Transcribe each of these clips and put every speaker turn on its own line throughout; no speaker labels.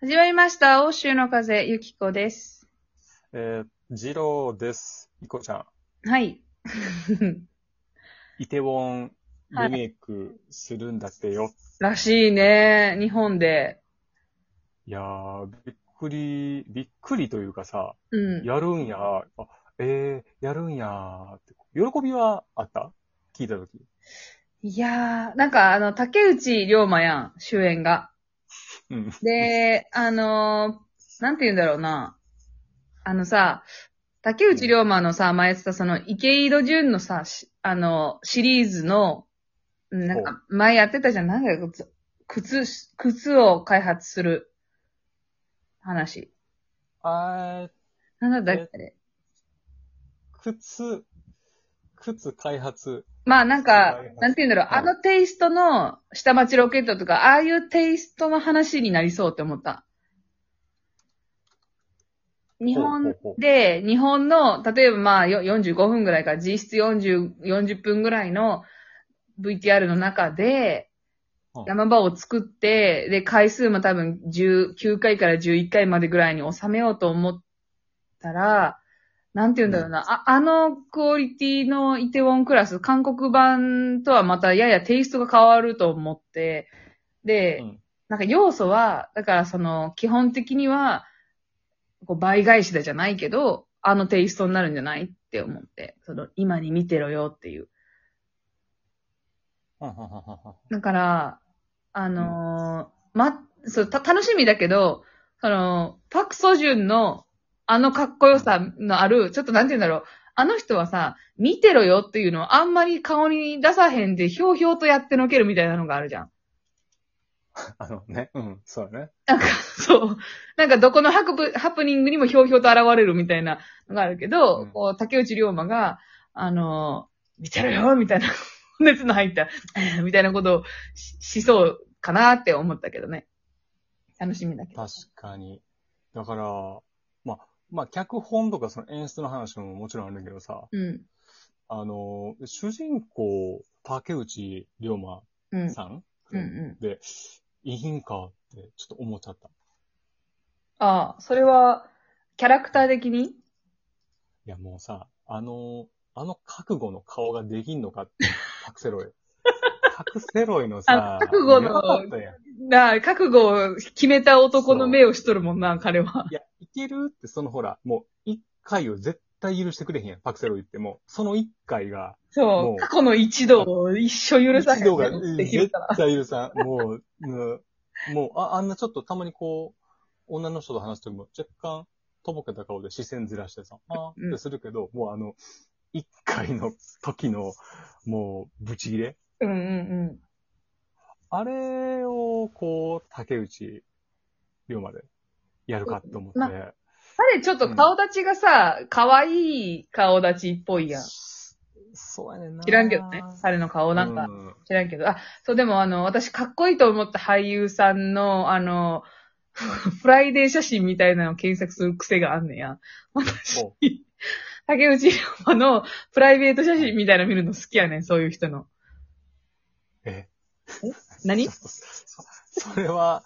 始まりました。欧州の風、ゆきこです。
えー、ジローです。いこちゃん。
はい。
イテウォン
はい
リメイクするんだってよ。い、
らしいね。日本で。
やー、びっくり、びっくりというかさ、
うん。
やるんや、あえー、やるんやーって。喜びはあった聞いたとき。
いやー、なんかあの、竹内涼真やん、主演が。
うん。
で、あのーなんて言うんだろうな。あのさ、竹内涼真のさ、前言ってたその、池井戸潤のさ、しあの、シリーズの、うんなんか、前やってたじゃん。なんだよ、靴靴、靴を開発する話。
あー、
なんだったっけ
靴、靴開発。
まあなんか
そうだね、
なんて言うんだろう、
はい
あのテイストの下町ロケットとか、ああいうテイストの話になりそうって思った。日
ほう
本
ほうほう
で、日本の、例えばまあよ45分ぐらいか、実質40、40分ぐらいの VTR の中で
うん、
山場を作って、で、回数も多分10 9回から11回までぐらいに収めようと思ったら、なんて言うんだろうな、あ、あのクオリティのイテウォンクラス、韓国版とはまたややテイストが変わると思って、で、
うん
なんか要素は、だからその、基本的には、こう倍返しだじゃないけど、あのテイストになるんじゃないって思って、その、今に見てろよっていう。
はんはんはんはんはん
だから、あのーま、そう、た、楽しみだけど、その、パクソジュンの、あのかっこよさのある、ちょっとなんて言うんだろう、あの人はさ、見てろよっていうのをあんまり顔に出さへんで、ひょうひょうとやってのけるみたいなのがあるじゃん。
あのね、うん、そうだね。
そう。なんかどこのハプハプニングにもひょうひょうと現れるみたいなのがあるけど、
うん
こう、竹内涼真が、あのー、見てろよみたいな、 熱の入った、 えーみたいなことをししそうかなって思ったけどね。楽しみだけど。
確かに。だから、まあ、まあ、脚本とかその演出の話ももちろんあるんだけどさ、
うん。
あの、主人公、竹内涼
うん。うん
真さん、
うん。
で、いいんかってちょっと思っちゃった。い
ああ、それは、キャラクター的に
や、もうさ、あの、あの覚悟の顔ができんのかって、パクセ ロイ。パクセロイのさ
あ、覚悟の
やばかったやん。
なあ、覚悟を決めた男の目をしとるもんな、彼は。
いや、いけるって、そのほら、もう、一回を絶対許してくれへんやん、パクセロイってもう。その一回が、
そ
も
う。
う
過去の一度を一生許さへん
一度が
って
うん
言う
絶
から
対許さん。もう、うんもうあ、あんなちょっとたまにこう、女の人と話すときも若干、とぼけた顔で視線ずらしてさ、あ
うん
ーってするけど、もうあの、一回の時の、もう、ブチギレ。
うんうんうん。
あれを、こう、竹内、龍馬で、やるかと思って。
ま彼ちょっと顔立ちがさ、可愛、い顔立ちっぽいやん。
そうやねんな。
知らんけどね。彼の顔なんか
う。ん
知らんけど。あ、そうでもあの、私かっこいいと思った俳優さんの、あの、 フライデー写真みたいなのを検索する癖があんねや。私
お、
竹内涼真のプライベート写真みたいなの見るの好きやねん、そういう人の。
え、
何
そそ それは、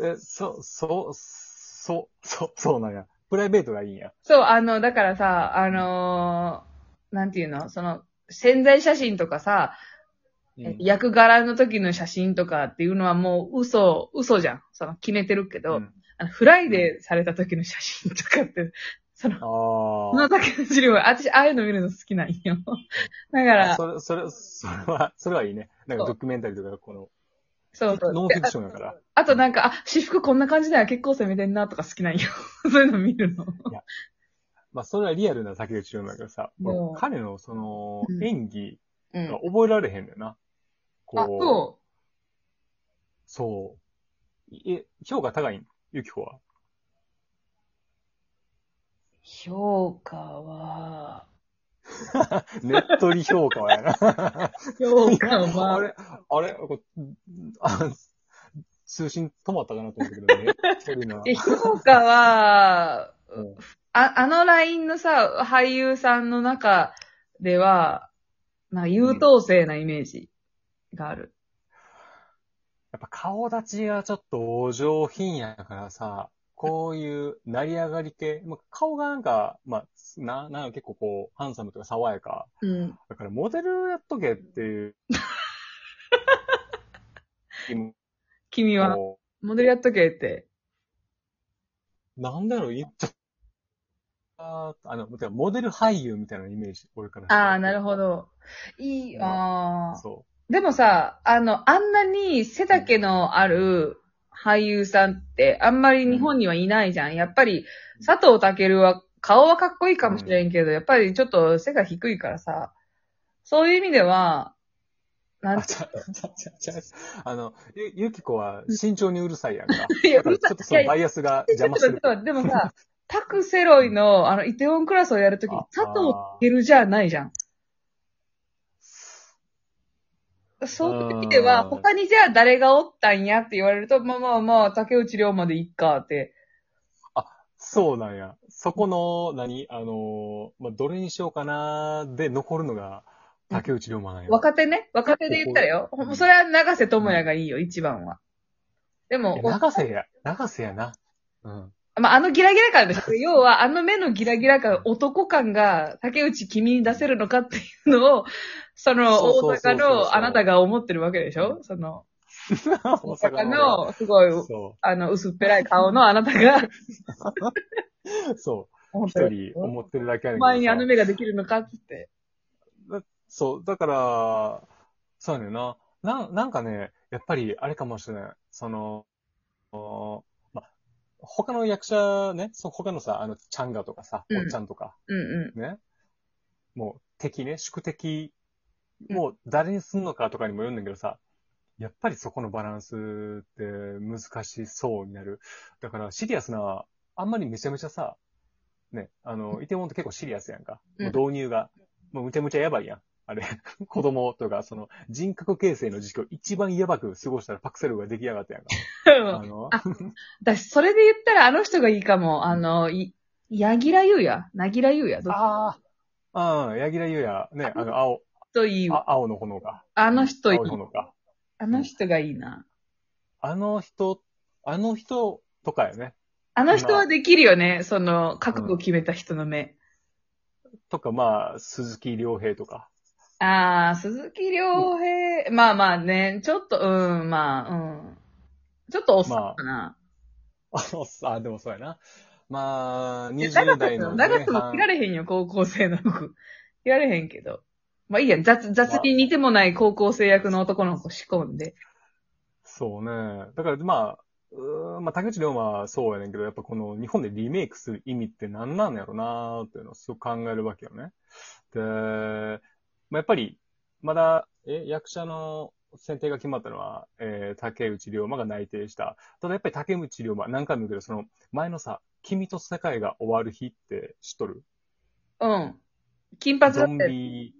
え、そ、そ、そ、そ、そうなんや。プライベートがいいんや。
そう、あの、だからさ、あのーなんていうのその、潜在写真とかさ、
うん
役柄の時の写真とかっていうのはもう嘘、嘘じゃん。その決めてるけど、
うん
あのフライデーされた時の写真とかって、その、
あ
その
ー
時の資料は、私、ああいうの見るの好きなんよ。だから、
あ。それ、それ、それは、それはいいね。なんか
そう
ドキュメンタリーとか、この、
そうそう
ノンフィクションやから。
あとなんか、あ、私服こんな感じだよ。結構攻めてんなとか好きなんよ。そういうの見るの。
まあ、それはリアルな竹内んだけどさ、
でも
彼の、その
う、ん
演技
うん。
が
あ、
覚えられへんだよな。こう、
そ
そう。え、評価高いんゆきほは。
う。評価は、
ネットに評価はやな。
評価
あ
は、
れ、あれこあ通信止まったかなと思ったけ どね。一人な
え評価は、
うん
あ、あのラインのさ、俳優さんの中では、なんか優等生なイメージがある。
やっぱ顔立ちがちょっとお上品やからさ、こういう成り上がり系、まあ、顔がなんか、まあ、な、なんか結構こう、ハンサムとか爽やか。
うん。
だからモデルやっとけって いう。今
君は、
こ
モデルやっとけって。
うなんだろう、言った。あーあの、てかモデル俳優みたいなイメージ、俺からしたら
ああ、なるほど。いい、ああ。
そ
でもさ、あの、あんなに背丈のある俳優さんってあんまり日本にはいないじゃん。やっぱり、佐藤健は顔はかっこいいかもしれんけど、やっぱりちょっと背が低いからさ、そういう意味では、な
う。
ん
あ、ちゃ、ちゃ、ちゃ、ちゃ、あの、ゆ、ゆきこは慎重にうるさいやんか。
いや
だからちょっとそのバイアスが
ちょ
邪
っ
魔
と
して
ちょ
る
っ。と、でも さ、タクセロイの、あの、イテウォンクラスをやるときに
あ、
佐藤健じゃないじゃん。そういう意味では、
うん
他にじゃあ誰がおったんやって言われると、まあまあまあ、竹内涼までいっかって。
そうなんや。そこの、何あのーまあ、どれにしようかなで残るのが竹内涼真なんや。
若手ね若手で言ったらよ。
ここ
ほんそれは長瀬智也がいいよ、一番は。でも
い、や長瀬や、長瀬やな。うん。
まあ、あのギラギラ感で しょ。要は、あの目のギラギラ感、男感が、竹内君に出せるのかっていうのを、その、
そうそう
大
そうそう
阪のあなたが思ってるわけでしょその、
大
大阪。の、すごい、
そ
あの、薄っぺらい顔のあなたが、
う。そう。
本
一人思ってるだけやねんけどさ
前にあの目ができるのかっつって。
そう。だから、そうやねんな。な、なんかね、やっぱりあれかもしれない。その、おまあ、他の役者ね、そ他のさ、あの、ちゃんがとかさ、
うん
おっちゃんとか、
うんう
ね。もう敵ね、宿敵、もう誰にすんのかとかにもよるんだけどさ、やっぱりそこのバランスって難しそうになる。だからシリアスな、あんまりめちゃめちゃさ、ね、あの、イテウォンって結構シリアスやんか。
うん
もう導入が、もうむちゃむちゃやばいやん。あれ、 子供とか、その人格形成の時期を一番やばく過ごしたらパクセルが出来上がったやんか。
ん。
あの、
あ私、それで言ったらあの人がいいかも。あの、い、ヤギラユウヤなぎらゆうやどっ
ああ、うん、ヤギラユヤ、ね、あの、青、
ちといいわ。
あ青の炎が。
あの人いい
青。い炎が。
あの人がいいな。
あの人、あの人とかよね。
あの人はできるよね。その、覚悟を決めた人の目。
とか、まあ、鈴木亮平とか。
あー、鈴木亮平。まあまあね、ちょっと、うん、まあ、うん。ちょっとおっさんかな。
あ、そう あでもそうやな。まあ、
いや
20
長瀬
代の
も、
前
長瀬も
半
着られへんよ、高校生の服。着られへんけど。まあいいや、雑、雑に似てもない高校生役の男の子仕込んで。
そうね。だから、まあ、うーんまあ、竹内涼真はそうやねんけど、やっぱこの日本でリメイクする意味って何なんやろなーっていうのをすごく考えるわけよね。で、まあ、やっぱり、まだ、え、役者の選定が決まったのは、えー竹内涼真が内定した。ただやっぱり竹内涼真、何回も言うけど、その前のさ、君と世界が終わる日って知っとる
うん。金髪だ
ゾ
っ
ン
たよ。
ビ、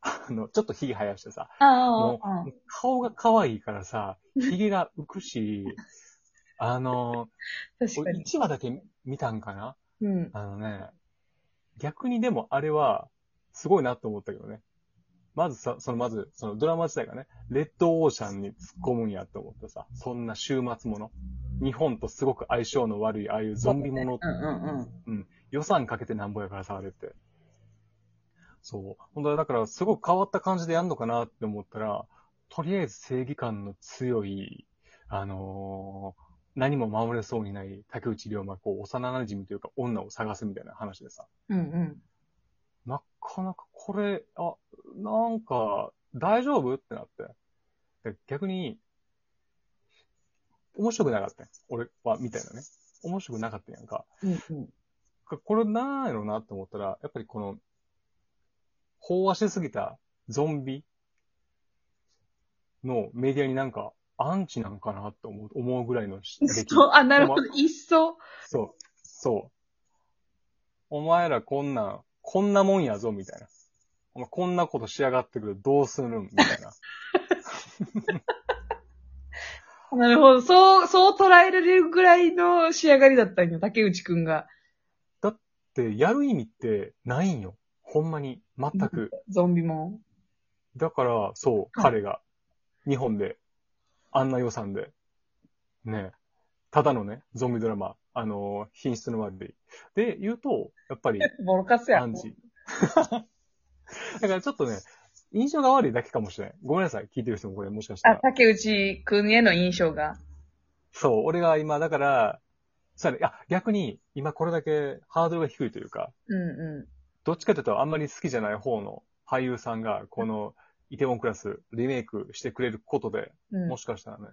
あの、ちょっと火生やしてさ、
あ
も
あ、ああ
う、顔が可愛いからさ、髭が浮 くし、あの、
確かに。
1話だけ見たんかな
うん。
あのね、逆にでもあれは、すごいなと思ったけどね。まずさ、そのまず、そのドラマ自体がね、レッドオーシャンに突っ込むんやと思ってさ、そんな週末もの。日本とすごく相性の悪い、ああいうゾンビもの
うんうんうん。
予算かけてなんぼやからさ、あれって。そう。本当はだから、すごく変わった感じでやんのかなって思ったら、とりあえず正義感の強い、あのー何も守れそうにない竹内涼真、こう、幼馴染というか女を探すみたいな話でさ。
うんうん。
なかなかこれ、あ、なんか、大丈夫ってなって。で逆に、面白くなかったん俺は、みたいなね。面白くなかったやんか。
うんうん。
かこれなんやろなって思ったら、やっぱりこの、飽和しすぎたゾンビのメディアになんか、アンチなんかなって思う思うぐらいのし出来
そう、あ、なるほど。いっそ。
そう。そう。お前らこんなん、こんなもんやぞ、みたいな。お前こんなことしやがってくるどうするんみたいな。
なるほど。そう、そう捉えられるぐらいの仕上がりだったんよ、竹内くんが。
で、やる意味ってないんよ。ほんまに。全く。
ゾンビもん。
だから、そう、彼が、日本であんな予算で。ね。ただのね、ゾンビドラマ。あの、品質の悪い。で、言うと、やっぱり、
ボロカスや
ア
ん。
ンジ。 だからちょっとね、印象が悪いだけかもしれない。ごめんなさい。聞いてる人もこれもしかした
あ、
ら。
竹内くんへの印象が。
そう、俺が今、だから、そうね、いや、逆に、今これだけハードルが低いというか、
うんう
どっちかというとあんまり好きじゃない方の俳優さんが、この、イテウォンクラス、リメイクしてくれることで、
ん。うん
もしかしたらね、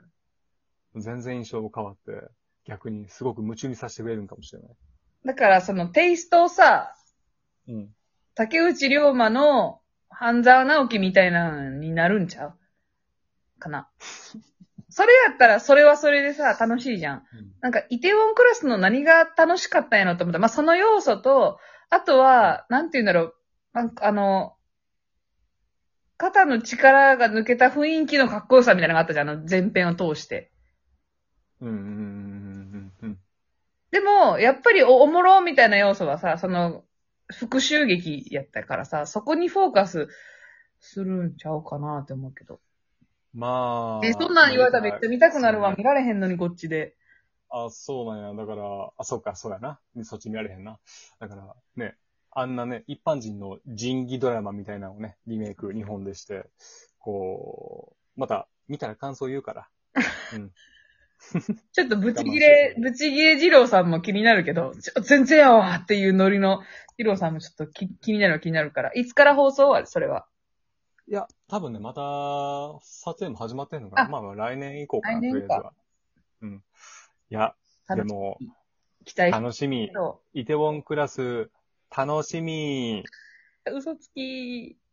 全然印象が変わって、逆にすごく夢中にさせてくれるんかもしれない。
だからそのテイストをさ、
うん。
竹内龍馬の半沢直樹みたいなのになるんちゃうかな。それやったらそれはそれでさ、楽しいじゃん。なんか、イテウォンクラスの何が楽しかったんやろと思った。まあ、その要素と、あとは、なんて言うんだろう。なんかあの、肩の力が抜けた雰囲気のかっこよさみたいなのがあったじゃん。あの、前編を通して。
うん、うん、うん、うん、うん。
でも、やっぱりおおもろみたいな要素はさ、その、復讐劇やったからさ、そこにフォーカスするんちゃうかなって思うけど。
まあ。
え、そんなん言われたらめっちゃ見たくなるわ。
そうね
見られへんのにこっちで。
あ、そうなんや。だから、あ、そうか、そうやな。そっち見られへんな。だから、ね、あんなね、一般人の人義ドラマみたいなのをね、リメイク、日本でして、こう、また、見たら感想言うから。うん。
ちょっとブチギレ、ブチギレ二郎さんも気になるけど、ちょ全然やわっていうノリの二郎さんもちょっとき気になるは気になるから。いつから放送はそれは。
いや、多分ね、また、撮影も始まってんのか
あ
な。まあまあ、来年以降かな、
来
とりあえ
年
ず
か
は。うん。いや、で
楽し
も、
期待してる
楽しみ
け。ど。
イテウォンクラス、楽しみ。
嘘つきー。